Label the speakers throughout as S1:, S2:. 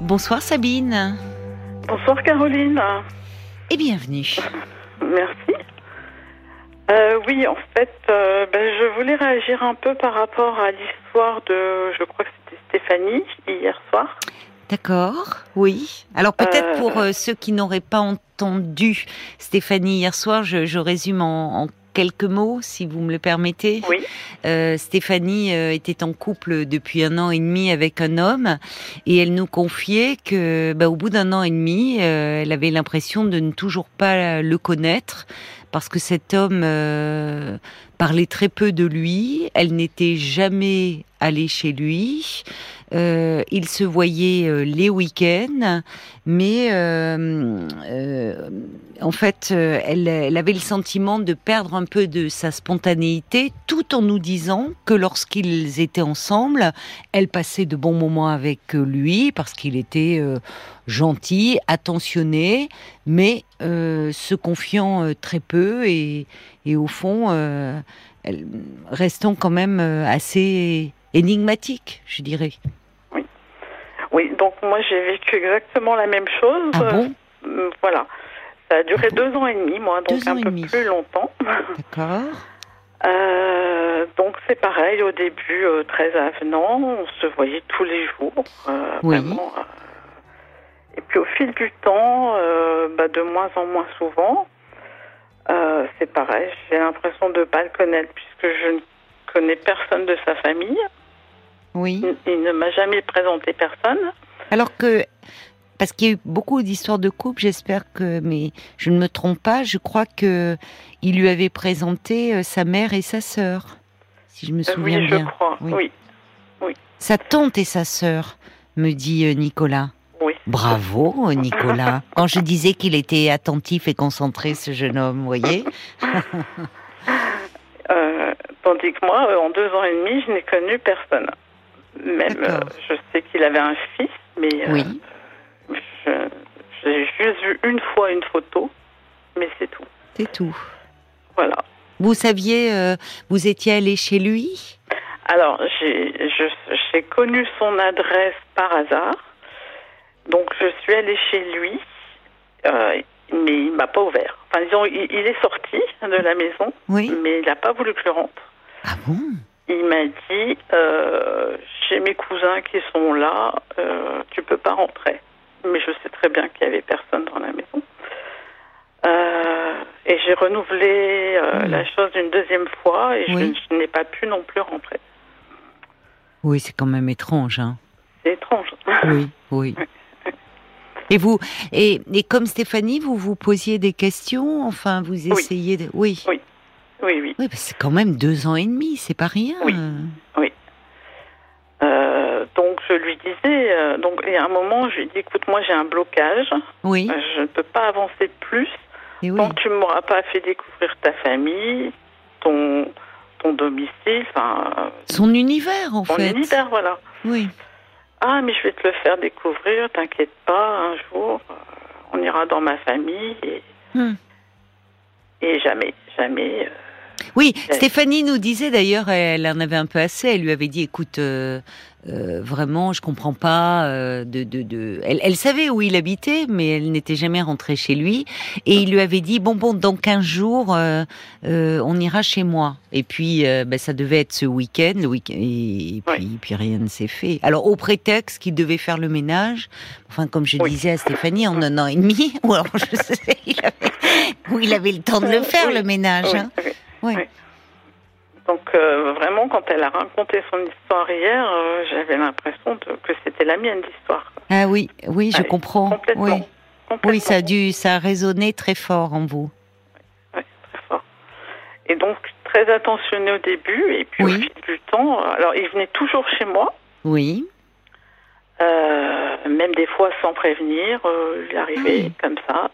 S1: Bonsoir Sabine
S2: Bonsoir Caroline.
S1: et bienvenue.
S2: Merci. Euh, oui, en fait, euh, ben, je voulais réagir un peu par rapport à l'histoire de, je crois que c'était Stéphanie hier soir.
S1: D'accord, oui. Alors peut-être
S2: Euh,
S1: pour euh, ceux qui n'auraient pas entendu Stéphanie hier soir, je, je résume en, en quelques mots, si vous me le permettez.
S2: Oui.
S1: Euh, Stéphanie euh, était en couple depuis un an et demi avec un homme et elle nous confiait que, bah, au bout d'un an et demi, euh, elle avait l'impression de ne toujours pas le connaître parce que cet homme euh, parlait très peu de lui, elle n'était jamais allée chez lui, euh, il se voyait euh, les week-ends, mais euh, euh, en fait, euh, elle, elle avait le sentiment de perdre un peu de sa spontanéité, tout en nous disant que lorsqu'ils étaient ensemble, elle passait de bons moments avec euh, lui parce qu'il était euh, gentil, attentionné, mais euh, se confiant euh, très peu et, et au fond, euh, elle- restant quand même euh, assez énigmatique, je dirais.
S2: Oui, donc moi j'ai vécu exactement la même chose.
S1: Ah bon
S2: Euh, Voilà. Ça a duré
S1: Ah
S2: deux ans et demi, moi, donc
S1: Deux ans
S2: un
S1: et
S2: peu
S1: demi.
S2: plus longtemps.
S1: D'accord.
S2: Euh, donc c'est pareil, au début, euh, très avenant, on se voyait tous les jours. euh,
S1: Oui.
S2: vraiment, euh. Et puis au fil du temps, euh, bah, de moins en moins souvent, euh, c'est pareil, j'ai l'impression de ne pas le connaître puisque je ne connais personne de sa famille.
S1: Oui.
S2: Il, il ne m'a jamais présenté personne. Euh,
S1: Alors que, parce qu'il y a eu beaucoup d'histoires de couple, j'espère que, mais je ne me trompe pas, je crois que il lui avait présenté euh, sa mère et sa sœur, si je me
S2: Euh,
S1: souviens
S2: oui, je
S1: bien.
S2: crois.
S1: Oui.
S2: Oui,
S1: Sa tante et sa sœur, me dit euh, Nicolas.
S2: oui.
S1: Bravo, euh, Nicolas. Quand je disais qu'il était attentif et concentré, ce jeune homme, vous voyez
S2: Euh, tandis que moi, euh, en deux ans et demi, je n'ai connu personne. Même, euh,
S1: D'accord.
S2: je sais qu'il avait un fils, mais euh,
S1: Oui.
S2: je- j'ai juste vu une fois une photo, mais c'est tout.
S1: C'est tout.
S2: Voilà.
S1: Vous saviez, euh, vous étiez allé chez lui
S2: Alors, j'ai je- j'ai connu son adresse par hasard, donc je suis allée chez lui, euh, mais il m'a pas ouvert. Enfin, disons, il, il est sorti de la maison,
S1: Oui.
S2: mais il n'a pas voulu que je rentre.
S1: Ah bon
S2: Il m'a dit, euh, j'ai mes cousins qui sont là, euh, tu peux pas rentrer. Mais je sais très bien qu'il y avait personne dans la maison. Euh, et j'ai renouvelé euh,
S1: Mmh.
S2: la chose une deuxième fois et je-
S1: Oui.
S2: je, n'ai pas pu non plus rentrer.
S1: Oui, c'est quand même étrange, hein.
S2: C'est étrange.
S1: Oui, oui. Et vous, et, et comme Stéphanie, vous vous posiez des questions, enfin, vous essayez de. Oui.
S2: Oui. oui, oui.
S1: Oui, parce que c'est quand même deux ans et demi, c'est pas rien.
S2: Oui. Euh, donc je lui disais, euh, donc et à un moment je lui ai dit, écoute, moi j'ai un blocage,
S1: Oui,
S2: Euh, je ne peux pas avancer plus
S1: et oui.
S2: Tant que tu ne m'auras pas fait découvrir ta famille, ton, ton domicile, enfin,
S1: Son univers, en
S2: euh, ton
S1: fait.
S2: univers, voilà.
S1: Oui.
S2: Ah, mais je vais te le faire découvrir, t'inquiète pas, un jour, euh, on ira dans ma famille. Et,
S1: Hmm.
S2: et jamais, jamais. euh,
S1: Oui,
S2: Ouais.
S1: Stéphanie nous disait d'ailleurs, elle en avait un peu assez. Elle lui avait dit, écoute, euh, euh, vraiment, je comprends pas. euh, de, de, de... Elle, elle savait où il habitait, mais elle n'était jamais rentrée chez lui. Et il lui avait dit, bon, bon, dans 15 jours, euh, euh, on ira chez moi. Et puis, euh, ben, ça devait être ce week-end, le week et, puis, puis rien ne s'est fait. Alors, au prétexte qu'il devait faire le ménage, enfin, comme je
S2: Oui.
S1: disais à Stéphanie, en un an et demi, ou alors je sais, il avait, ou il avait le temps de le faire,
S2: Euh, Oui.
S1: le ménage.
S2: oui,
S1: hein.
S2: oui.
S1: Oui.
S2: oui. Donc, euh, vraiment, quand elle a raconté son histoire hier, euh, j'avais l'impression de- que c'était la mienne, l'histoire.
S1: Ah oui, oui, je
S2: Ouais,
S1: comprends.
S2: Complètement.
S1: Oui.
S2: complètement.
S1: oui, ça a dû, ça a résonné très fort en vous.
S2: Ouais, très fort. Et donc très attentionné au début, et puis au
S1: Oui.
S2: fil du temps, euh, alors il venait toujours chez moi,
S1: Oui,
S2: euh, même des fois sans prévenir, euh, il arrivait
S1: Ah oui.
S2: comme ça.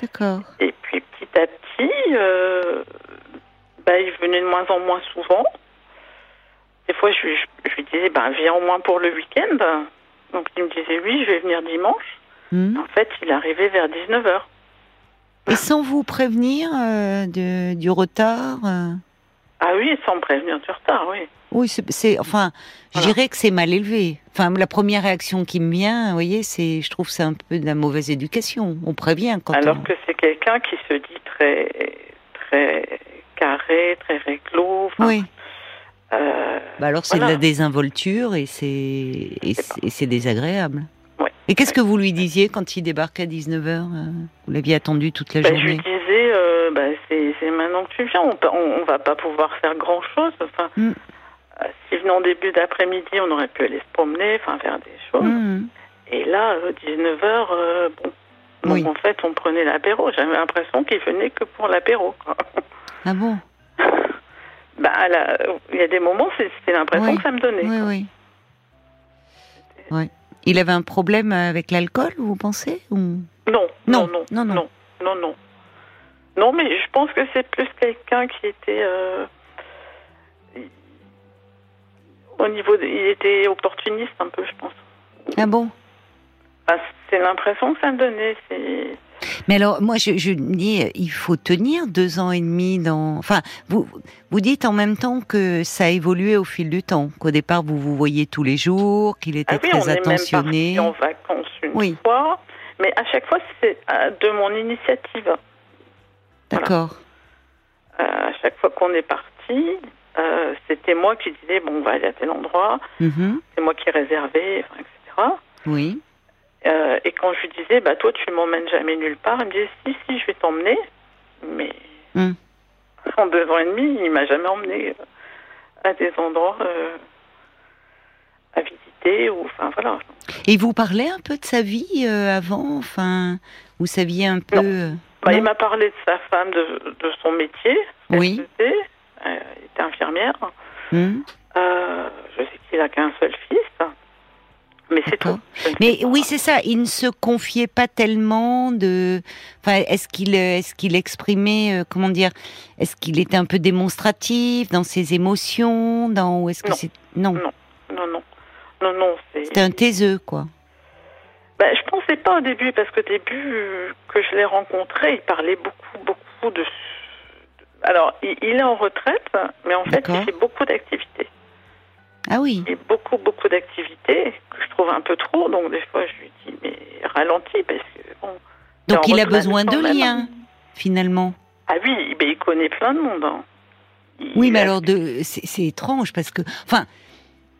S1: d'accord.
S2: Et puis petit à petit, euh, bah, il venait de moins en moins souvent. Des fois, je, lui- je, je lui disais, ben, viens au moins pour le week-end. Donc il me disait, oui, je vais venir dimanche.
S1: Hmm.
S2: En fait, il arrivait vers 19h.
S1: Et sans vous prévenir euh, de, du retard. euh,
S2: Ah oui, sans me prévenir du retard, oui.
S1: Oui, c'est- c'est enfin,
S2: Voilà.
S1: je dirais que c'est mal élevé. Enfin, la première réaction qui me vient, vous voyez, c'est je trouve c'est un peu de la mauvaise éducation. On prévient quand
S2: Alors
S1: on...
S2: que c'est quelqu'un qui se dit très, très carré, très réglo. enfin,
S1: Ah. Oui.
S2: euh,
S1: Bah alors c'est de
S2: Ah. Voilà.
S1: la désinvolture et c'est et c'est- et c'est désagréable.
S2: Ouais.
S1: Et qu'est-ce que vous lui disiez quand il débarque à 19h Vous l'aviez attendu toute la
S2: bah, je lui
S1: journée
S2: disais, euh, bah, c'est c'est maintenant que tu viens, on, peut- on, on va pas pouvoir faire grand-chose. Enfin,
S1: Mm.
S2: euh, si venant début d'après-midi, on aurait pu aller se promener, enfin faire des choses.
S1: Mhm.
S2: Et là, euh, 19h, euh, bon. Donc
S1: Oui.
S2: en fait, on prenait l'apéro. J'avais l'impression qu'il venait que pour l'apéro. quoi.
S1: Ah bon
S2: Bah, là, euh, il y a des moments, c'est- c'était l'impression
S1: Oui.
S2: que ça me donnait.
S1: Oui, oui. Ouais. Il avait un problème avec l'alcool, vous pensez ou...
S2: Non,
S1: Non,
S2: non, non,
S1: non,
S2: non,
S1: non.
S2: non, non, non. Non, mais je pense que c'est plus quelqu'un qui était euh, au niveau, de- il était opportuniste un peu, je pense.
S1: Ah bon
S2: Enfin, c'est l'impression que ça me donnait. C'est
S1: Mais alors, moi, je, je me dis, euh, il faut tenir deux ans et demi dans. Enfin, vous, vous dites en même temps que ça a évolué au fil du temps. Qu'au départ, vous vous voyez tous les jours, qu'il était
S2: ah oui, on
S1: très
S2: est
S1: attentionné.
S2: même parti en vacances une
S1: Oui.
S2: fois, mais à chaque fois c'est euh, de mon initiative.
S1: D'accord.
S2: Euh, à chaque fois qu'on est parti, euh, c'était moi qui disais bon, on va aller à tel endroit,
S1: Mhm.
S2: c'est moi qui réservais, enfin, etc.
S1: Oui.
S2: Euh, et quand je lui disais, bah toi tu m'emmènes jamais nulle part, il me disait, si, si, je vais t'emmener. Mais
S1: Hum.
S2: en deux ans et demi, il m'a jamais emmené euh, à des endroits euh, à visiter. ou Enfin voilà.
S1: Et vous parlez un peu de sa vie euh, avant, enfin, vous saviez un peu.
S2: Non.
S1: euh,
S2: Bah, il
S1: non
S2: m'a parlé de sa femme, de, de son métier. ce
S1: Oui.
S2: qu'elle faisait. Euh, elle était infirmière.
S1: Hum.
S2: Euh, je sais qu'il a qu'un seul fils. Mais c'est
S1: D'accord.
S2: tout. Je ne
S1: Mais
S2: sais pas.
S1: oui, c'est ça. Il ne se confiait pas tellement de. Enfin, est-ce qu'il euh, est-ce qu'il exprimait euh, comment dire Est-ce qu'il était un peu démonstratif dans ses émotions Dans ou est-ce que
S2: Non.
S1: c'est non
S2: Non, non. Non, non, c'est.
S1: C'était un taiseux quoi.
S2: Ben, je pensais pas au début, parce qu'au début euh, que je l'ai rencontré, il parlait beaucoup, beaucoup de. Alors, il, il est en retraite, mais en fait,
S1: D'accord.
S2: il fait beaucoup d'activités.
S1: Ah oui.
S2: Il fait beaucoup, beaucoup d'activités que je trouve un peu trop. Donc, des fois, je lui dis, mais ralentis, parce que bon. t'es
S1: Donc
S2: en
S1: il a
S2: retraite
S1: besoin de
S2: quand même.
S1: liens finalement.
S2: Ah oui, ben, il connaît plein de monde. hein. Il-
S1: Oui,
S2: il
S1: mais
S2: a-
S1: alors de c'est c'est étrange parce que enfin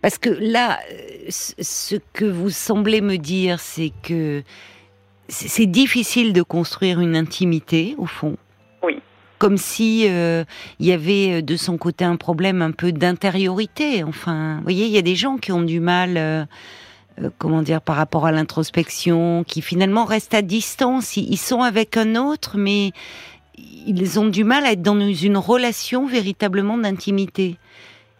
S1: parce que là euh, ce- ce que vous semblez me dire c'est que c'est c'est difficile de construire une intimité au fond.
S2: Oui.
S1: Comme si euh, il y avait euh, de son côté un problème un peu d'intériorité. Enfin, vous voyez, il y a des gens qui ont du mal euh, euh, comment dire par rapport à l'introspection qui finalement restent à distance, ils ils sont avec un autre mais ils ont du mal à être dans une relation véritablement d'intimité.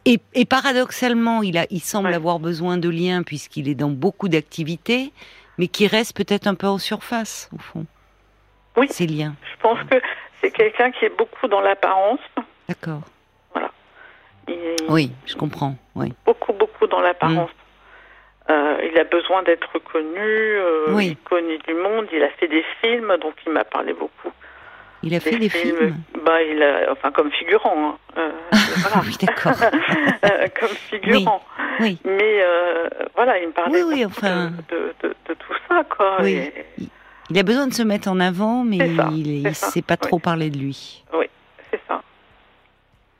S1: Et, et paradoxalement, il, a, il semble
S2: Ouais.
S1: avoir besoin de liens puisqu'il est dans beaucoup d'activités, mais qui restent peut-être un peu en surface, au fond.
S2: Oui.
S1: Ces liens,
S2: Je pense que c'est quelqu'un qui est beaucoup dans l'apparence.
S1: d'accord.
S2: Il est
S1: Oui, je comprends. Oui.
S2: beaucoup, beaucoup dans l'apparence. Euh, il a besoin d'être reconnu, euh,
S1: Mm. Oui.
S2: il connaît du monde, il a fait des films, donc il m'a parlé beaucoup.
S1: Il a fait des films. Ah
S2: bah, il a, Enfin, comme figurant. hein. Euh, voilà.
S1: Oui, d'accord.
S2: Euh, comme figurant.
S1: Oui.
S2: Mais euh, voilà, il me parlait
S1: Oui, oui,
S2: beaucoup
S1: enfin.
S2: de, de, de- de tout ça, quoi.
S1: Oui.
S2: Et-
S1: Il a besoin de se mettre en avant, mais
S2: C'est ça,
S1: il ne
S2: c'est ça,
S1: sait pas
S2: oui.
S1: trop parler de lui.
S2: c'est ça.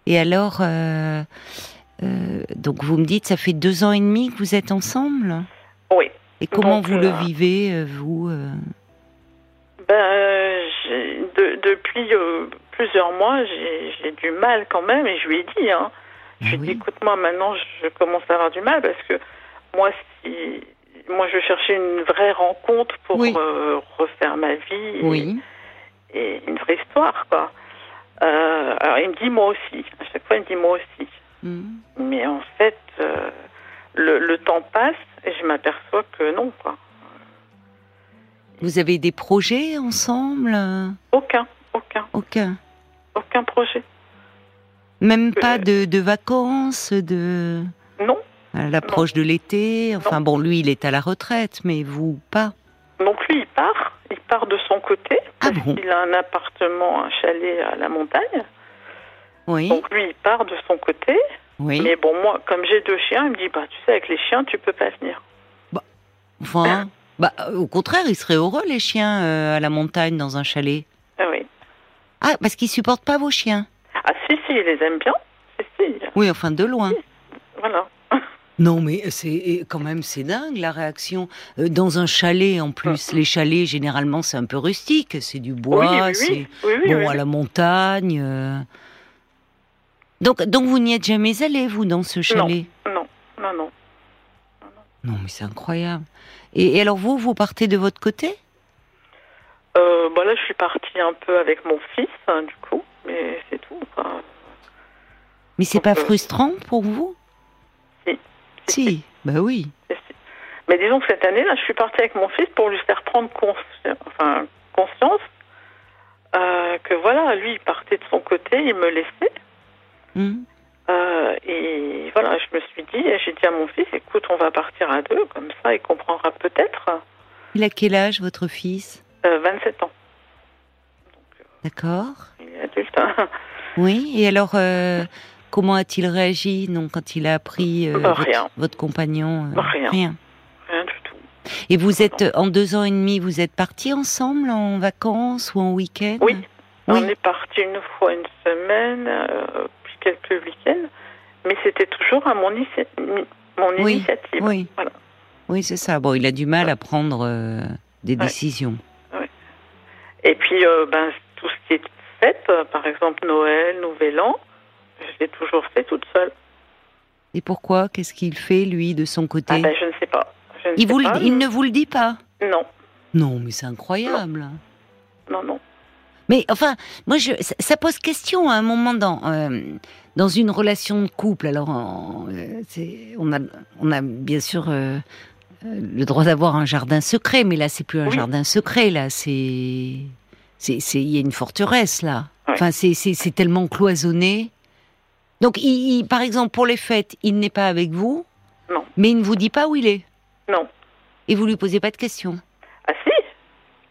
S1: Et alors, euh, euh, donc vous me dites, ça fait deux ans et demi que vous êtes ensemble
S2: Oui.
S1: Et comment
S2: Donc,
S1: vous le
S2: euh,
S1: vivez, euh, vous euh,
S2: Ben, euh, j'ai- de- depuis euh, plusieurs mois, j'ai j'ai du mal quand même, et je lui ai dit, hein, Je lui
S1: Ah
S2: ai
S1: oui.
S2: dit, écoute-moi, maintenant, je commence à avoir du mal parce que moi, si, moi, je cherchais une vraie rencontre pour
S1: Oui.
S2: euh, refaire ma vie et,
S1: Oui,
S2: et une vraie histoire, quoi. Euh, alors, il me dit, moi aussi. À chaque fois, il me dit, moi aussi.
S1: Mm.
S2: Mais en fait, euh, le, le temps passe et je m'aperçois que non, quoi.
S1: Vous avez des projets ensemble euh,
S2: Aucun, aucun,
S1: Aucun.
S2: aucun projet. Euh,
S1: Même pas de, de vacances, de
S2: Non,
S1: à l'approche de l'été. Enfin bon, lui, il est à la retraite, mais vous pas.
S2: Donc lui, il part, il part de son côté.
S1: Ah bon
S2: Il a un appartement, un chalet à la montagne.
S1: Oui.
S2: Donc lui, il part de son côté.
S1: Oui.
S2: Mais bon, moi, comme j'ai deux chiens, il me dit, bah, tu sais, avec les chiens, tu peux pas venir.
S1: Enfin, bah, au contraire, ils seraient heureux les chiens euh, à la montagne dans un chalet.
S2: Ah oui.
S1: Ah, parce qu'ils supportent pas vos chiens.
S2: Ah si, si, ils les aiment bien. Si, si,
S1: Oui, enfin de loin.
S2: voilà.
S1: Non, mais euh, c'est quand même c'est dingue la réaction Euh, dans un chalet en plus. Les chalets généralement c'est un peu rustique, c'est du
S2: Ah. oui,
S1: bois,
S2: oui,
S1: c'est
S2: oui, oui, oui,
S1: bon
S2: oui.
S1: à la montagne. euh. Donc, donc vous n'y êtes jamais allé vous dans ce chalet
S2: Non, non, non.
S1: Non, mais c'est incroyable. Et, et alors vous, vous partez de votre côté
S2: Euh, bah là, je suis partie un peu avec mon fils, hein, du coup, mais c'est tout. quoi.
S1: Mais c'est
S2: Un
S1: pas
S2: peu.
S1: frustrant pour vous
S2: Euh, Si.
S1: Si, bah oui.
S2: Mais disons que cette année, là, je suis partie avec mon fils pour lui faire prendre consci- enfin, conscience euh, que voilà, lui, il partait de son côté, il me laissait.
S1: Hmm.
S2: Euh, et voilà, je me suis dit, et j'ai dit à mon fils, écoute, on va partir à deux, comme ça, il comprendra peut-être.
S1: Il a quel âge votre fils
S2: Euh, 27 ans,
S1: D'accord.
S2: il est adulte. hein.
S1: Oui, et alors, euh, comment a-t-il réagi non, quand il a appris euh,
S2: Bah,
S1: votre,
S2: rien. Bah,
S1: votre compagnon euh,
S2: Rien. Rien du tout.
S1: Et vous êtes, euh, en deux ans et demi, vous êtes partis ensemble en vacances ou en week-end
S2: Oui. On
S1: Oui.
S2: est parti une fois une semaine, euh, puis quelques week-ends, mais c'était toujours à mon, ici- mi- mon
S1: Oui,
S2: initiative.
S1: Oui,
S2: Voilà.
S1: oui c'est ça. Bon, il a du mal à prendre euh, des
S2: Ouais.
S1: décisions.
S2: Et puis, euh, ben, tout ce qui est fête, euh, par exemple Noël, Nouvel An, je l'ai toujours fait toute seule.
S1: Et pourquoi Qu'est-ce qu'il fait, lui, de son côté
S2: Ah ben, je ne sais pas. Je ne
S1: il,
S2: sais
S1: vous le-
S2: pas.
S1: il ne vous le dit pas
S2: Non,
S1: Non, mais c'est incroyable.
S2: non, non.
S1: Mais enfin, moi, je, ça, ça pose question à un moment dans, euh, dans une relation de couple. Alors, en- euh, c'est- on, a, on a bien sûr euh, euh, le droit d'avoir un jardin secret, mais là, c'est plus un
S2: Oui.
S1: jardin secret, là, c'est. c'est- c'est- Il y a une forteresse, là.
S2: Ouais.
S1: Enfin, c'est- c'est c'est tellement cloisonné. Donc, il- il- par exemple, pour les fêtes, il n'est pas avec vous,
S2: Non.
S1: mais il ne vous dit pas où il est.
S2: Non.
S1: Et vous lui posez pas de questions.
S2: Ah si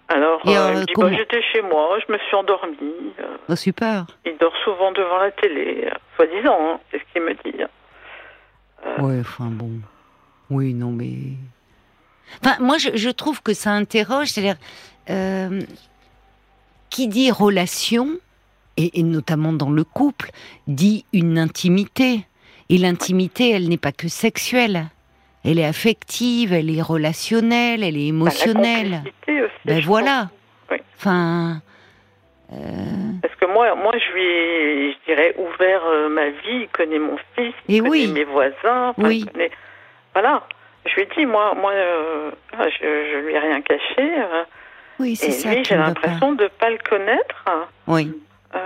S2: Alors,
S1: Et,
S2: euh, il
S1: euh,
S2: me dit,
S1: comment-
S2: bah, j'étais chez moi, je me suis endormie. euh,
S1: Oh, super.
S2: il dort souvent devant la télé, euh, soi-disant, hein, c'est ce qu'il me dit. hein.
S1: Ouais, enfin bon. Oui, non, mais. Enfin, moi, je, je trouve que ça interroge, c'est-à-dire. euh, qui dit relation, et, et notamment dans le couple, dit une intimité. Et l'intimité, elle n'est pas que sexuelle. Elle est affective, elle est relationnelle, elle est
S2: Bah, la
S1: émotionnelle.
S2: complicité aussi,
S1: ben
S2: je
S1: voilà.
S2: Oui.
S1: Enfin. euh,
S2: Parce que moi, moi, je lui ai, je dirais, ouvert euh, ma vie. Il connaît mon fils, il
S1: Et
S2: connaît
S1: oui.
S2: mes voisins. enfin,
S1: Oui.
S2: il connaît- Voilà. Je lui ai dit, moi, moi, euh, voilà, je, je lui ai rien caché. euh,
S1: oui,
S2: et
S1: c'est ça.
S2: lui,
S1: qui
S2: j'ai
S1: ne va pas.
S2: l'impression de pas le connaître.
S1: Oui.
S2: Euh,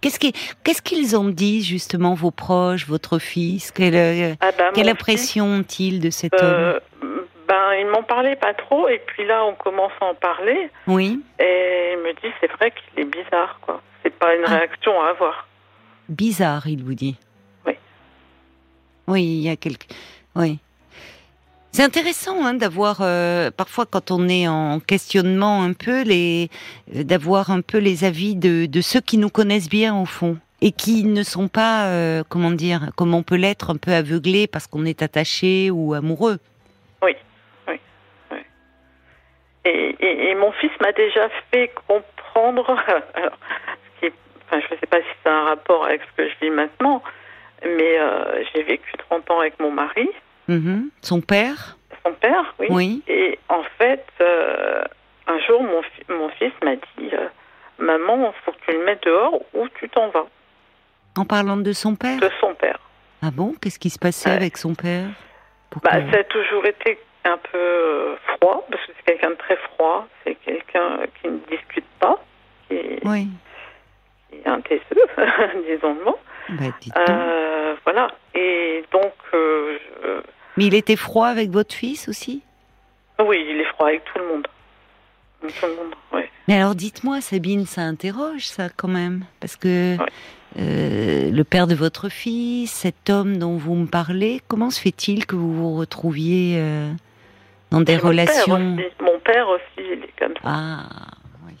S1: Qu'est-ce qui- qu'est-ce qu'ils ont dit justement vos proches, votre fils Quelle, euh,
S2: ah bah,
S1: quelle
S2: mon
S1: impression ont-ils de cet
S2: fils,
S1: homme
S2: euh, Ben, ils m'en parlaient pas trop. Et puis là, on commence à en parler.
S1: Oui,
S2: Et il me dit, c'est vrai qu'il est bizarre, quoi. C'est pas une
S1: Ah.
S2: réaction à avoir.
S1: bizarre, il vous dit.
S2: Oui.
S1: Oui, il y a quelque. Oui. C'est intéressant hein, d'avoir euh, parfois quand on est en questionnement un peu les, euh, d'avoir un peu les avis de, de ceux qui nous connaissent bien au fond et qui ne sont pas euh, comment dire comme on peut l'être un peu aveuglé parce qu'on est attaché ou amoureux.
S2: Et, et- et mon fils m'a déjà fait comprendre, alors, ce qui est- enfin, je ne sais pas si c'est un rapport avec ce que je vis maintenant, mais euh, j'ai vécu 30 ans avec mon mari,
S1: Mhm. Son père,
S2: son père, oui.
S1: oui.
S2: Et en fait, euh, un jour, mon, fi- mon fils m'a dit, euh, maman, faut que tu le mettes dehors ou tu t'en vas,
S1: En parlant de son père
S2: de son père.
S1: Ah bon Qu'est-ce qui se passait
S2: Ouais.
S1: avec son père Pourquoi
S2: Euh. Bah, ça a toujours été un peu euh, froid, parce que c'est quelqu'un de très froid, c'est quelqu'un qui ne discute pas, qui est,
S1: Oui,
S2: qui est un taiseux, disons-le. moi.
S1: bah, dites donc.
S2: Euh, voilà. Et donc, euh, je-
S1: Mais il était froid avec votre fils aussi
S2: oui, il est froid avec tout le monde. Avec Tout le monde, ouais.
S1: Mais alors dites-moi, Sabine, ça interroge ça quand même Parce que
S2: Ouais.
S1: euh, le père de votre fils, cet homme dont vous me parlez, comment se fait-il que vous vous retrouviez euh, dans des
S2: Et mon père
S1: relations
S2: aussi. Mon père aussi, il est comme ça.
S1: Ah, oui.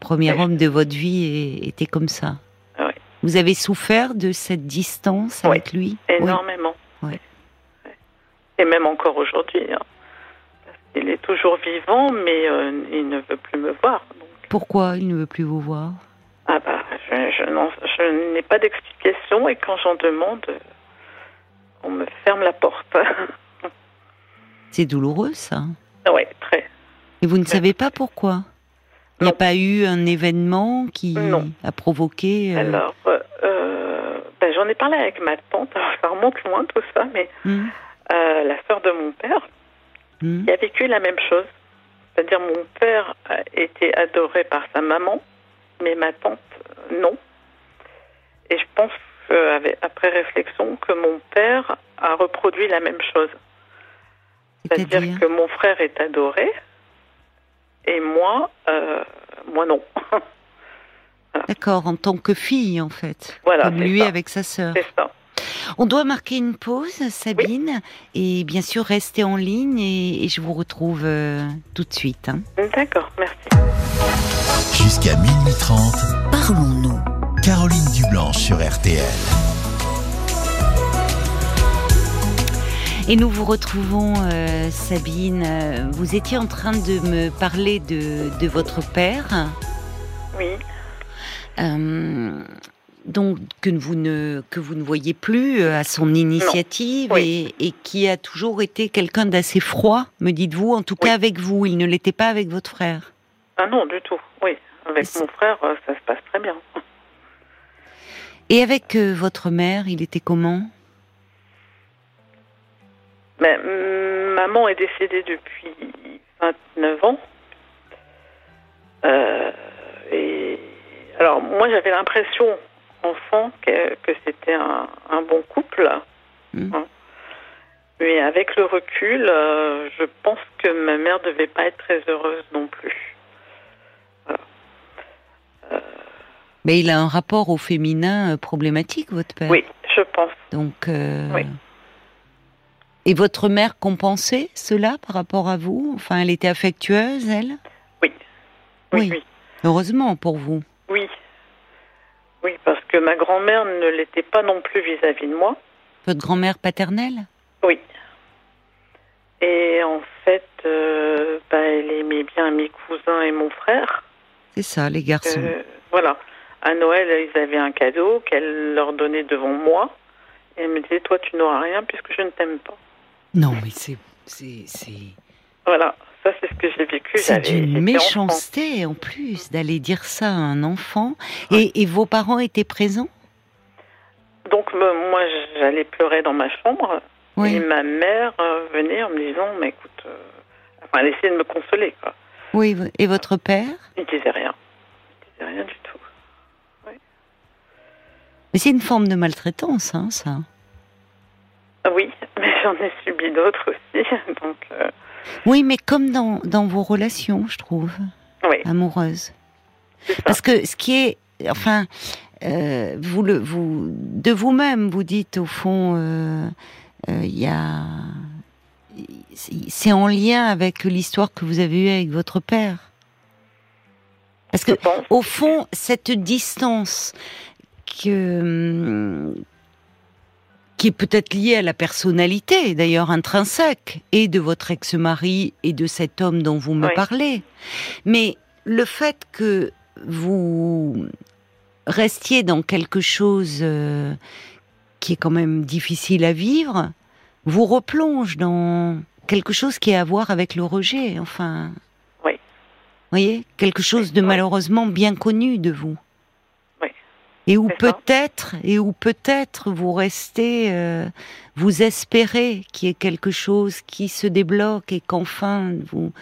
S1: Premier
S2: Ouais.
S1: homme de votre vie est- était comme ça
S2: Ouais.
S1: Vous avez souffert de cette distance
S2: Oui,
S1: avec lui Ah, Oui.
S2: énormément.
S1: Ouais.
S2: Ouais. Et même encore aujourd'hui. hein. Parce qu'il est toujours vivant, mais euh, il ne veut plus me voir. Donc,
S1: Pourquoi il ne veut plus vous voir
S2: ah bah, je, je n'en- je n'ai pas d'explication et quand j'en demande, on me ferme la porte.
S1: C'est douloureux ça.
S2: ouais, très.
S1: Et vous ne
S2: Ouais.
S1: savez pas pourquoi Il n'y a
S2: Non.
S1: pas eu un événement qui
S2: Non.
S1: a provoqué. euh,
S2: Alors, euh, euh, ben, j'en ai parlé avec ma tante, Alors, ça remonte loin tout ça, mais
S1: hmm,
S2: euh, la sœur de mon père,
S1: hmm,
S2: qui a vécu la même chose. C'est-à-dire mon père a été adoré par sa maman, mais ma tante, euh, non. Et je pense, euh, avec- après réflexion, que mon père a reproduit la même chose. C'est-à-dire
S1: C'est-à-dire
S2: que mon frère est adoré et moi, euh, moi non.
S1: D'accord, en tant que fille en fait.
S2: Voilà,
S1: Comme
S2: c'est
S1: lui
S2: ça.
S1: avec sa sœur.
S2: C'est ça.
S1: On doit marquer une pause, Sabine, et bien sûr rester en ligne et, et je vous retrouve euh, tout de suite. hein.
S2: D'accord, merci.
S3: Jusqu'à minuit 30,
S4: Parlons-nous.
S3: Caroline Dublanche sur RTL.
S1: Et nous vous retrouvons, euh, Sabine. Euh, Vous étiez en train de me parler de, de votre père,
S2: Oui,
S1: euh, donc que vous ne que vous ne voyez plus euh, à son initiative
S2: Non.
S1: et, et qui a toujours été quelqu'un d'assez froid, me dites-vous. En tout
S2: Oui.
S1: cas avec vous, il ne l'était pas avec votre frère.
S2: ah non, du tout. Oui, avec
S1: c'est-
S2: mon frère, euh, ça se passe très bien.
S1: Et avec euh, votre mère, il était comment
S2: Mais, hum, maman est décédée depuis 29 ans. Euh, et alors moi j'avais l'impression enfant que, que c'était un, un bon couple.
S1: Mm.
S2: hein. Mais avec le recul, euh, je pense que ma mère devait pas être très heureuse non plus.
S1: Mais Ben, il a un rapport au féminin euh, problématique, votre père.
S2: Oui, je pense.
S1: Donc. euh,
S2: Oui.
S1: Et votre mère compensait cela par rapport à vous Enfin, elle était affectueuse, elle
S2: Oui,
S1: Oui.
S2: oui.
S1: Heureusement pour vous.
S2: Oui. Oui, parce que ma grand-mère ne l'était pas non plus vis-à-vis de moi.
S1: Votre grand-mère paternelle
S2: Oui. Et en fait, euh, bah, elle aimait bien mes cousins et mon frère.
S1: C'est ça, les
S2: Euh,
S1: garçons.
S2: voilà. À Noël, ils avaient un cadeau qu'elle leur donnait devant moi. Et elle me disait, toi, tu n'auras rien puisque je ne t'aime pas.
S1: Non, mais c'est. C'est, c'est-
S2: Voilà. Ça, c'est ce que j'ai vécu.
S1: c'est
S2: J'avais-
S1: d'une
S2: j'étais enfant.
S1: méchanceté en plus d'aller dire ça à un enfant. Et, et vos parents étaient présents
S2: Donc, me- moi, j'allais pleurer dans ma chambre.
S1: Oui.
S2: Et ma mère euh, venait en me disant, mais écoute, euh, enfin, elle essayait de me consoler, quoi.
S1: Oui. Et votre père
S2: Il disait rien. Il disait rien du tout.
S1: Mais c'est une forme de maltraitance, hein, ça.
S2: Ah Oui, mais j'en ai subi d'autres aussi. Donc, euh,
S1: Oui, mais comme dans, dans vos relations, je trouve,
S2: oui,
S1: amoureuses.
S2: c'est ça.
S1: Parce que ce qui est, enfin, euh, vous le, vous de vous-même, vous dites au fond, euh, euh, il y a, c'est c'est en lien avec l'histoire que vous avez eue avec votre père. Parce que
S2: Je pense.
S1: au fond, cette distance que hum, qui est peut-être liée à la personnalité, d'ailleurs intrinsèque, et de votre ex-mari et de cet homme dont vous me
S2: Oui.
S1: parlez, mais le fait que vous restiez dans quelque chose euh, qui est quand même difficile à vivre, vous replonge dans quelque chose qui a à voir avec le rejet, enfin.
S2: Oui.
S1: Vous voyez Quelque chose de
S2: Oui.
S1: malheureusement bien connu de vous.
S2: Oui.
S1: Et où
S2: C'est ça.
S1: peut-être, et où peut-être vous restez, euh, vous espérez qu'il y ait quelque chose qui se débloque et qu'enfin vous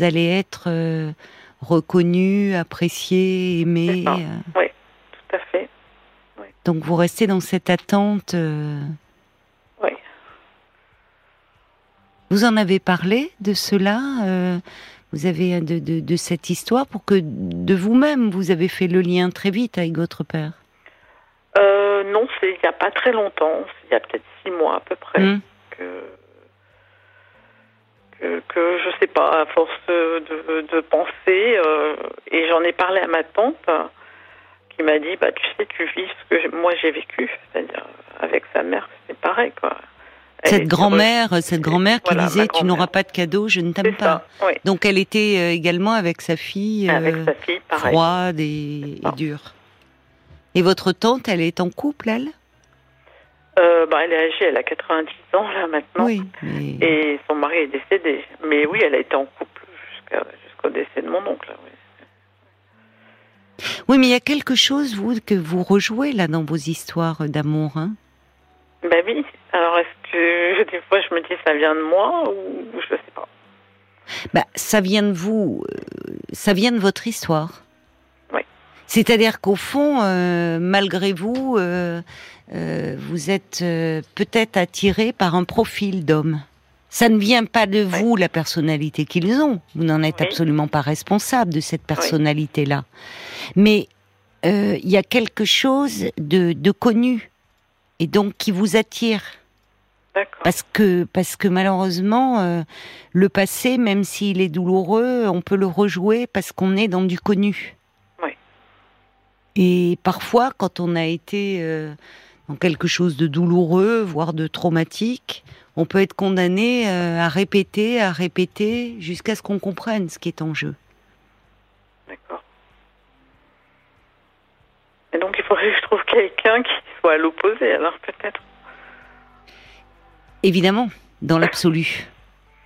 S1: allez être euh, reconnu, apprécié, aimé.
S2: C'est ça.
S1: euh.
S2: Tout à fait.
S1: Donc vous restez dans cette attente. euh.
S2: Oui.
S1: Vous en avez parlé de cela euh, Vous avez de, de, de cette histoire pour que de vous-même vous avez fait le lien très vite avec votre père.
S2: Euh, non, c'est il n'y a pas très longtemps, c'est il y a peut-être six mois à peu près,
S1: Hmm.
S2: que, que, que je sais pas, à force de, de penser, euh, et j'en ai parlé à ma tante, hein, qui m'a dit bah tu sais tu vis ce que j'ai- moi j'ai vécu, c'est-à-dire avec sa mère c'est pareil quoi. Elle
S1: Cette
S2: était
S1: grand-mère, cette grand-mère qui
S2: Voilà, ma
S1: disait tu
S2: grand-mère.
S1: n'auras pas de cadeau, je ne
S2: rejetée,
S1: t'aime
S2: c'est
S1: pas.
S2: ça, oui.
S1: Donc elle était euh, également avec sa fille
S2: Avec
S1: euh,
S2: sa fille pareil.
S1: froide et, et
S2: ça.
S1: dure. Et votre tante, elle est en couple, elle
S2: Euh, bah, elle est âgée, elle a 90 ans là maintenant.
S1: Oui. mais-
S2: Et son mari est décédé. Mais oui, elle a été en couple jusqu'à- jusqu'au décès de mon oncle. oui.
S1: Oui, mais il y a quelque chose, vous, que vous rejouez là dans vos histoires d'amour. Hein
S2: Bah oui. Alors est-ce que des fois je me dis ça vient de moi ou je sais pas.
S1: bah, ça vient de vous, euh, ça vient de votre histoire.
S2: Oui.
S1: C'est-à-dire qu'au fond, euh, malgré vous, euh, euh, vous êtes euh, peut-être attiré par un profil d'homme. Ça ne vient pas de vous, la personnalité qu'ils ont. Vous n'en êtes
S2: Oui.
S1: absolument pas responsable de cette personnalité-là. Mais euh, il y a quelque chose de, de connu et donc qui vous attire.
S2: D'accord.
S1: Parce que, parce que malheureusement, euh, le passé, même s'il est douloureux, on peut le rejouer parce qu'on est dans du connu.
S2: Oui.
S1: Et parfois, quand on a été euh, dans quelque chose de douloureux, voire de traumatique, on peut être condamné euh, à répéter, à répéter, jusqu'à ce qu'on comprenne ce qui est en jeu.
S2: D'accord. Et donc il faudrait que je trouve quelqu'un qui soit à l'opposé alors peut-être.
S1: Évidemment, dans l'absolu.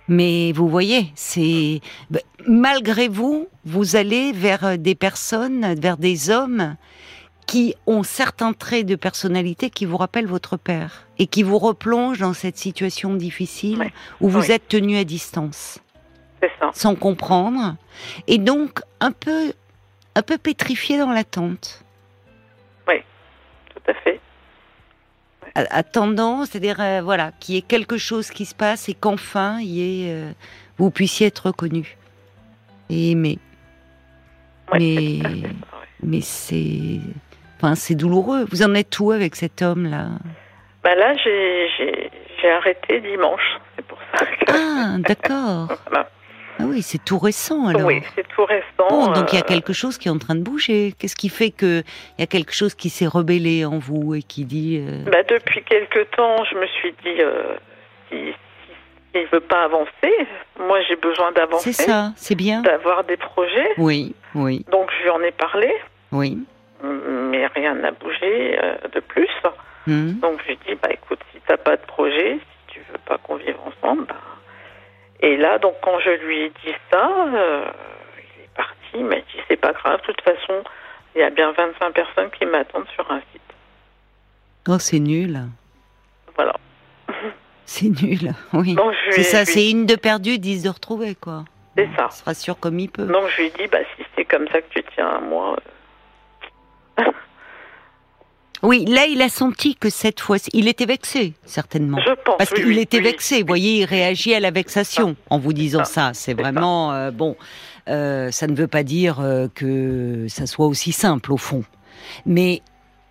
S1: Mais vous voyez, c'est bah, malgré vous, vous allez vers euh, des personnes, vers des hommes qui ont certains traits de personnalité qui vous rappellent votre père et qui vous replongent dans cette situation difficile
S2: Ouais.
S1: où vous
S2: Oui.
S1: êtes tenu à distance,
S2: C'est ça.
S1: sans comprendre, et donc un peu, un peu pétrifié dans l'attente.
S2: Tout à fait.
S1: à- attendant, c'est-à-dire euh, voilà, qu'il y ait quelque chose qui se passe et qu'enfin il y ait, euh, vous puissiez être reconnu et aimé.
S2: Ouais,
S1: Mais-
S2: c'est tout à fait ça, ouais.
S1: Mais c'est, enfin, c'est douloureux. Vous en êtes où avec cet homme là
S2: Bah là j'ai j'ai- j'ai arrêté dimanche. C'est pour ça que.
S1: Ah, d'accord.
S2: Voilà.
S1: Ah oui, c'est tout récent alors.
S2: Oui, c'est tout récent.
S1: Bon, Oh, donc il y a
S2: euh,
S1: quelque chose qui est en train de bouger. Qu'est-ce qui fait que il y a quelque chose qui s'est rebellé en vous et qui dit euh,
S2: Bah, depuis quelque temps, je me suis dit, euh, si, si- s'il veut pas avancer, moi j'ai besoin
S1: c'est
S2: d'avancer,
S1: ça, hein. c'est bien.
S2: d'avoir des projets.
S1: Oui, oui,
S2: Donc je lui en ai parlé,
S1: oui.
S2: mais rien n'a bougé euh, de plus.
S1: Hmm.
S2: Donc je lui ai dit, bah écoute, si t'as pas de projet, si tu veux pas qu'on vive ensemble, bah... et là donc quand je lui ai dit ça, euh, il est parti, il m'a dit c'est pas grave, de toute façon, il y a bien 25 personnes qui m'attendent sur un site.
S1: Oh, c'est nul.
S2: Voilà.
S1: C'est nul. Oui.
S2: Donc je lui
S1: C'est
S2: ai-
S1: ça,
S2: je lui ai-
S1: c'est une de perdue, dix de retrouvée, quoi.
S2: c'est ça.
S1: On se rassure comme il peut.
S2: Donc je lui ai dit, bah, si c'est comme ça que tu tiens à moi, euh,
S1: Oui, là, il a senti que cette fois-ci, il était vexé, certainement.
S2: je pense.
S1: Parce
S2: oui,
S1: qu'il
S2: oui,
S1: était
S2: oui.
S1: vexé, vous voyez, il réagit à la vexation en vous disant ça. C'est
S2: ça.
S1: vraiment, euh, bon, euh, ça ne veut pas dire euh, que ça soit aussi simple, au fond. Mais,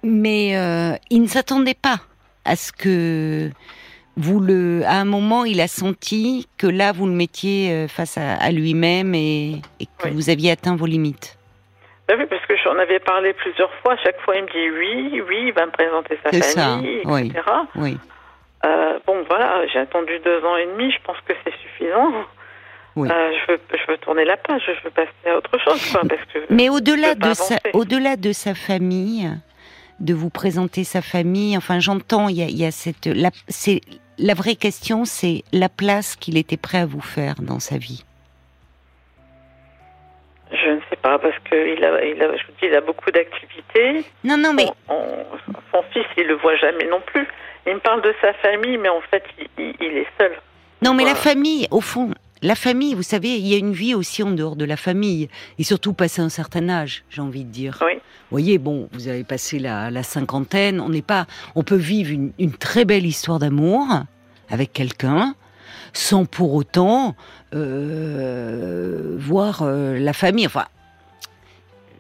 S1: mais euh, il ne s'attendait pas à ce que vous le... À un moment, il a senti que là, vous le mettiez euh, face à, à lui-même et, et que
S2: Oui.
S1: vous aviez atteint vos limites.
S2: Bah oui, parce que j'en avais parlé plusieurs fois. À chaque fois, il me dit oui, oui, il va me présenter sa
S1: C'est ça,
S2: famille,
S1: oui.
S2: etc.
S1: Oui,
S2: Euh, bon, voilà, j'ai attendu deux ans et demi. Je pense que c'est suffisant.
S1: Oui.
S2: Euh, je, veux, je veux tourner la page. Je veux passer à autre chose, quoi, parce que
S1: Mais au-delà
S2: peut pas
S1: de sa,
S2: avancer.
S1: au-delà de sa famille, de vous présenter sa famille, enfin j'entends, il y a, il y a cette, la, c'est la vraie question, c'est la place qu'il était prêt à vous faire dans sa vie.
S2: je ne sais pas, parce que il a, il a, je vous dis, il a beaucoup d'activités.
S1: Non, non, mais
S2: On- on- son fils, il le voit jamais non plus. Il me parle de sa famille, mais en fait, il- il- il est seul.
S1: Non, mais la
S2: Voilà.
S1: famille, au fond, la famille, vous savez, il y a une vie aussi en dehors de la famille. Et surtout, passer un certain âge, j'ai envie de dire.
S2: Oui.
S1: Vous voyez, bon, vous avez passé la, la cinquantaine, on n'est pas, on peut vivre une, une très belle histoire d'amour avec quelqu'un, sans pour autant euh, voir euh, la famille. Enfin,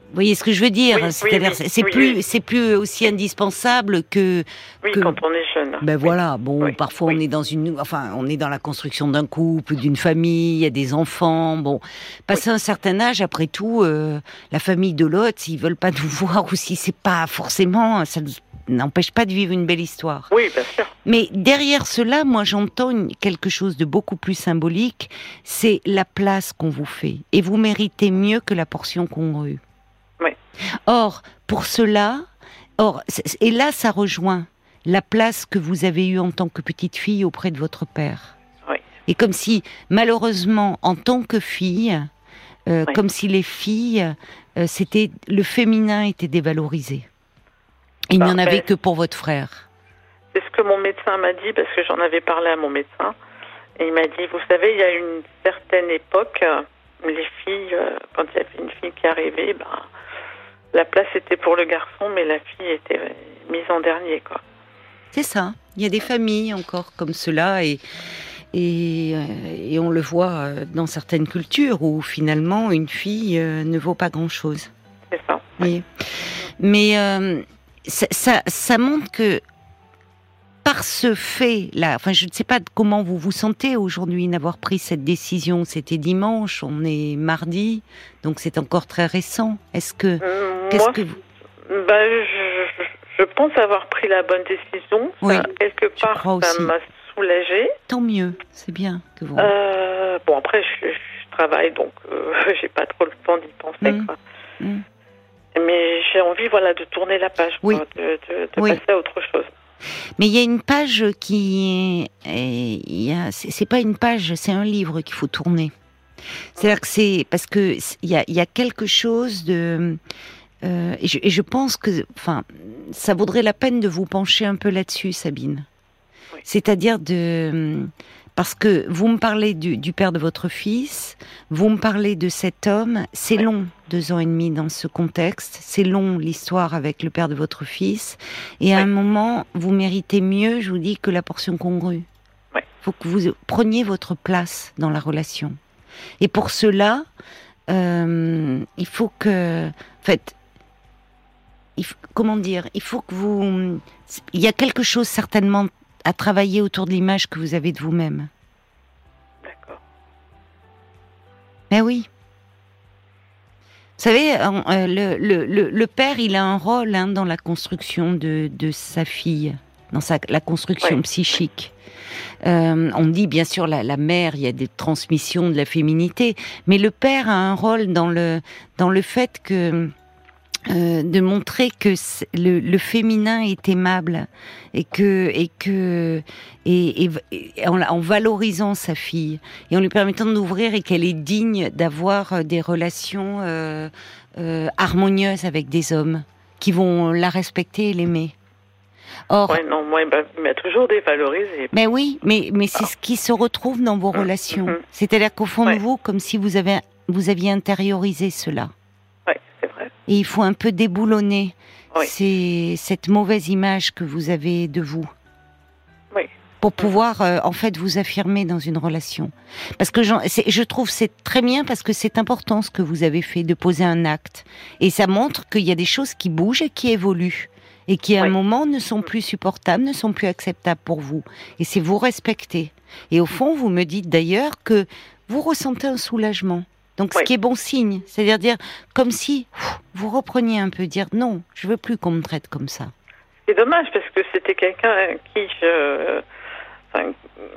S1: Vous voyez ce que je veux dire
S2: Oui, oui,
S1: C'est-à-dire,
S2: oui,
S1: c'est- c'est
S2: oui,
S1: plus,
S2: oui.
S1: c'est plus aussi indispensable que.
S2: Oui,
S1: que-
S2: quand on est jeune.
S1: Ben
S2: Oui.
S1: voilà. Bon,
S2: oui,
S1: parfois on
S2: oui.
S1: est dans une, enfin, on est dans la construction d'un couple, d'une famille, il y a des enfants. Bon, passé un certain âge, après tout, euh, la famille de l'autre, s'ils veulent pas nous voir ou si c'est pas forcément, hein, ça nous- n'empêche pas de vivre une belle histoire.
S2: Oui, bien sûr.
S1: Mais derrière cela, moi j'entends une- quelque chose de beaucoup plus symbolique, c'est la place qu'on vous fait. Et vous méritez mieux que la portion qu'on eut.
S2: Oui.
S1: Or, pour cela, or, c- c- et là ça rejoint la place que vous avez eue en tant que petite fille auprès de votre père.
S2: Oui.
S1: Et comme si, malheureusement, en tant que fille, euh,
S2: Oui.
S1: comme si les filles, euh, c'était le féminin était dévalorisé. Il n'y en
S2: Parfait.
S1: avait que pour votre frère.
S2: C'est ce que mon médecin m'a dit parce que j'en avais parlé à mon médecin. Et il m'a dit, vous savez, il y a une certaine époque, euh, les filles, euh, quand il y avait une fille qui arrivait, ben, la place était pour le garçon, mais la fille était euh, mise en dernier. Quoi.
S1: C'est ça. Il y a des familles encore comme cela et et, euh, et on le voit euh, dans certaines cultures où finalement une fille euh, ne vaut pas grand-chose.
S2: C'est ça.
S1: Oui. Mais euh, ça, ça, ça montre que par ce fait-là, enfin, je ne sais pas de comment vous vous sentez aujourd'hui d'avoir pris cette décision. C'était dimanche, on est mardi, donc c'est encore très récent. Est-ce que
S2: Hum,
S1: qu'est-ce
S2: Moi,
S1: que vous
S2: ben, je, je- je pense avoir pris la bonne décision.
S1: Oui,
S2: Ça, quelque
S1: je
S2: part,
S1: crois
S2: ça
S1: aussi.
S2: m'a soulagée.
S1: Tant mieux, c'est bien que vous.
S2: Euh, bon, après, je, je travaille, donc euh, j'ai pas trop le temps d'y penser.
S1: Mm.
S2: Quoi.
S1: Mm.
S2: Mais j'ai envie voilà, de tourner la page,
S1: Oui.
S2: quoi, de, de- de
S1: Oui.
S2: passer à autre chose.
S1: Mais il y a une page qui est- est, il y a- c'est c'est pas une page, c'est un livre qu'il faut tourner. C'est-à-dire que c'est parce que c'est- il y a, il y a quelque chose de euh, et, je, et je pense que enfin ça vaudrait la peine de vous pencher un peu là-dessus, Sabine.
S2: Oui.
S1: C'est-à-dire de parce que vous me parlez du, du père de votre fils, vous me parlez de cet homme, c'est
S2: Oui.
S1: long, deux ans et demi dans ce contexte, c'est long l'histoire avec le père de votre fils, et à
S2: Oui.
S1: un moment, vous méritez mieux, je vous dis, que la portion congrue.
S2: Oui.
S1: faut que vous preniez votre place dans la relation. Et pour cela, euh, il faut que, en fait, il faut- comment dire, il faut que vous, il y a quelque chose certainement à travailler autour de l'image que vous avez de vous-même.
S2: D'accord.
S1: Mais oui. Vous savez, en- euh, le, le- le- le père, il a un rôle hein, dans la construction de, de sa fille, dans sa, la construction
S2: Ouais.
S1: psychique. Euh, on dit bien sûr la, la mère, il y a des transmissions de la féminité, mais le père a un rôle dans le, dans le fait que euh, de montrer que c'est- le, le féminin est aimable et que et que et, et- et en, la- en valorisant sa fille et en lui permettant d'ouvrir et qu'elle est digne d'avoir euh, des relations euh, euh, harmonieuses avec des hommes qui vont la respecter et l'aimer. Or,
S2: Ouais, non, moi, il m'a- il m'a toujours dévalorisé.
S1: mais Ben oui, mais, mais c'est ce qui se retrouve dans vos
S2: Mhm,
S1: relations.
S2: mhm.
S1: C'est-à-dire qu'au fond
S2: Ouais.
S1: de vous, comme si vous, avez, vous aviez intériorisé cela.
S2: Ouais, c'est vrai.
S1: Et il faut un peu déboulonner
S2: Oui.
S1: c'est cette mauvaise image que vous avez de vous.
S2: Oui.
S1: Pour pouvoir euh, en fait vous affirmer dans une relation. Parce que j'en- c'est- je trouve c'est très bien parce que c'est important ce que vous avez fait de poser un acte et ça montre qu'il y a des choses qui bougent et qui évoluent et qui à un
S2: Oui.
S1: moment ne sont plus supportables, ne sont plus acceptables pour vous. Et c'est vous respecter. Et au fond, vous me dites d'ailleurs que vous ressentez un soulagement. Donc ce
S2: Oui.
S1: qui est bon signe, c'est-à-dire dire comme si pff, vous repreniez un peu, dire non, je veux plus qu'on me traite comme ça.
S2: C'est dommage parce que c'était quelqu'un à qui je. enfin,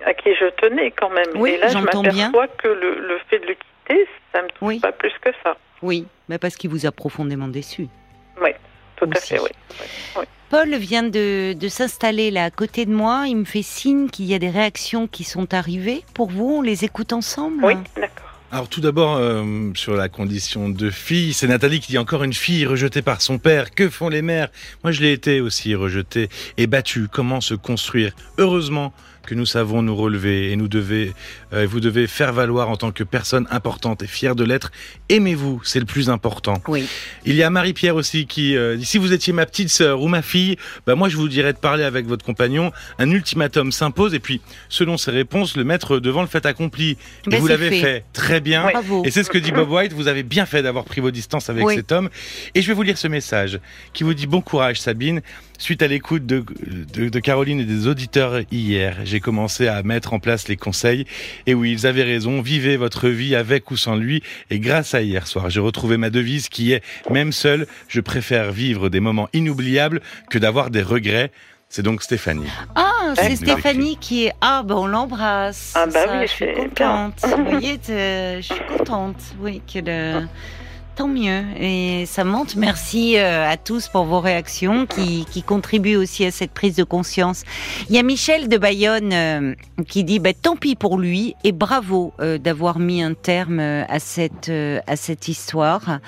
S2: à qui je tenais quand même.
S1: Oui,
S2: Et là, je
S1: j'entends bien.
S2: m'aperçois que le, le fait de le quitter, ça me touche
S1: Oui.
S2: pas plus que ça.
S1: Oui, mais parce qu'il vous a profondément déçu.
S2: Tout à
S1: Aussi.
S2: fait, oui.
S1: Paul vient de, de s'installer là à côté de moi. Il me fait signe qu'il y a des réactions qui sont arrivées. Pour vous, on les écoute ensemble
S2: Oui, d'accord.
S4: Alors tout d'abord, euh, sur la condition de fille, c'est Nathalie qui dit encore une fille rejetée par son père. Que font les mères Moi je l'ai été aussi rejetée et battue. Comment se construire Heureusement que nous savons nous relever et nous devez, euh, vous devez faire valoir en tant que personne importante et fière de l'être. Aimez-vous, c'est le plus important.
S1: Oui.
S4: Il y a Marie-Pierre aussi qui euh, dit si vous étiez ma petite sœur ou ma fille, bah moi je vous dirais de parler avec votre compagnon. Un ultimatum s'impose et puis selon ses réponses, le mettre devant le fait accompli. Et
S1: Ben,
S4: vous
S1: c'est
S4: l'avez fait. très bien.
S1: Bravo.
S4: Et c'est ce que dit Bob White, vous avez bien fait d'avoir pris vos distances avec
S1: Oui.
S4: cet homme. Et je vais vous lire ce message qui vous dit bon courage Sabine. Suite à l'écoute de, de- de Caroline et des auditeurs hier, j'ai commencé à mettre en place les conseils. Et oui, ils avaient raison, vivez votre vie avec ou sans lui. Et grâce à hier soir, j'ai retrouvé ma devise qui est, même seul, je préfère vivre des moments inoubliables que d'avoir des regrets. C'est donc Stéphanie.
S1: Ah, c'est
S4: Eh.
S1: Stéphanie qui est. Ah, ben on l'embrasse.
S2: Ah, bah
S1: Ça,
S2: oui,
S1: je suis
S2: c'est bien.
S1: contente. Vous voyez, euh, je suis contente. Oui, que le- Tant mieux. Et ça monte. Merci euh, à tous pour vos réactions qui, qui contribuent aussi à cette prise de conscience. Il y a Michel de Bayonne euh, qui dit bah, tant pis pour lui et bravo euh, d'avoir mis un terme euh, à cette, euh, à cette histoire.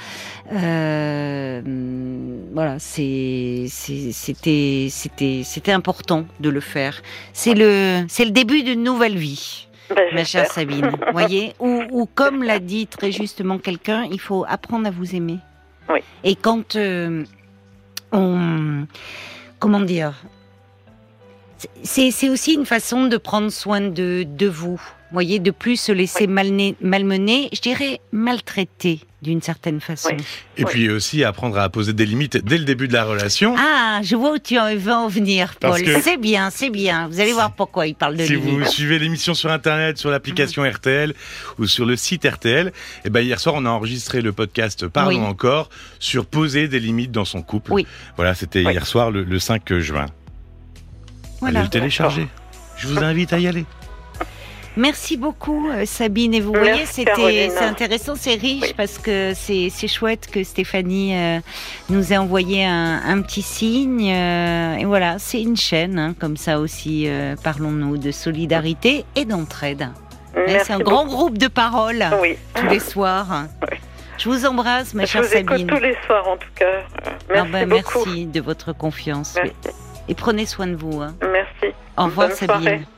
S1: Euh, hum, voilà, c'est- c'est- c'était c'était- c'était important de le faire. C'est le, c'est le début d'une nouvelle vie,
S2: Ben,
S1: ma chère
S2: j'espère.
S1: Sabine. voyez ou, ou comme l'a dit très justement quelqu'un, il faut apprendre à vous aimer.
S2: Oui.
S1: Et quand euh, on. Comment dire c'est c'est aussi une façon de prendre soin de, de vous. Voyez, de plus se laisser malné- malmener, je dirais maltraiter d'une certaine façon.
S2: Oui.
S4: Et
S2: Ouais.
S4: puis aussi apprendre à poser des limites dès le début de la relation.
S1: Ah, je vois où tu en veux en venir,
S4: Parce
S1: Paul.
S4: que-
S1: C'est bien, c'est bien. Vous allez
S4: Si-
S1: voir pourquoi il parle de
S4: Si
S1: lui.
S4: vous suivez l'émission sur Internet, sur l'application
S1: Mhm.
S4: RTL ou sur le site RTL, eh ben hier soir, on a enregistré le podcast Parlons
S1: Oui.
S4: encore sur poser des limites dans son couple.
S1: Oui.
S4: Voilà, c'était
S2: Oui.
S4: hier soir, le, le 5 juin.
S1: Voilà.
S4: Allez le télécharger. Je vous invite à y aller.
S1: Merci beaucoup, euh, Sabine. Et vous
S2: Merci,
S1: voyez, c'était
S2: Caroline.
S1: c'est intéressant, c'est riche
S2: Oui.
S1: parce que c'est c'est chouette que Stéphanie euh, nous ait envoyé un, un petit signe. euh, et voilà, c'est une chaîne hein, comme ça aussi. euh, Parlons-nous de solidarité et d'entraide. Hein,
S2: Merci
S1: C'est un grand groupe de paroles
S2: beaucoup. Oui.
S1: tous les soirs.
S2: Oui.
S1: Je vous embrasse, ma
S2: Je
S1: chère
S2: vous écoute
S1: Sabine.
S2: tous les soirs en tout cas. Euh, Merci
S1: Ah ben,
S2: beaucoup.
S1: merci de votre confiance.
S2: Merci.
S1: Et prenez soin de vous. hein.
S2: Merci.
S1: Au revoir,
S2: Bonne
S1: Sabine.
S2: soirée.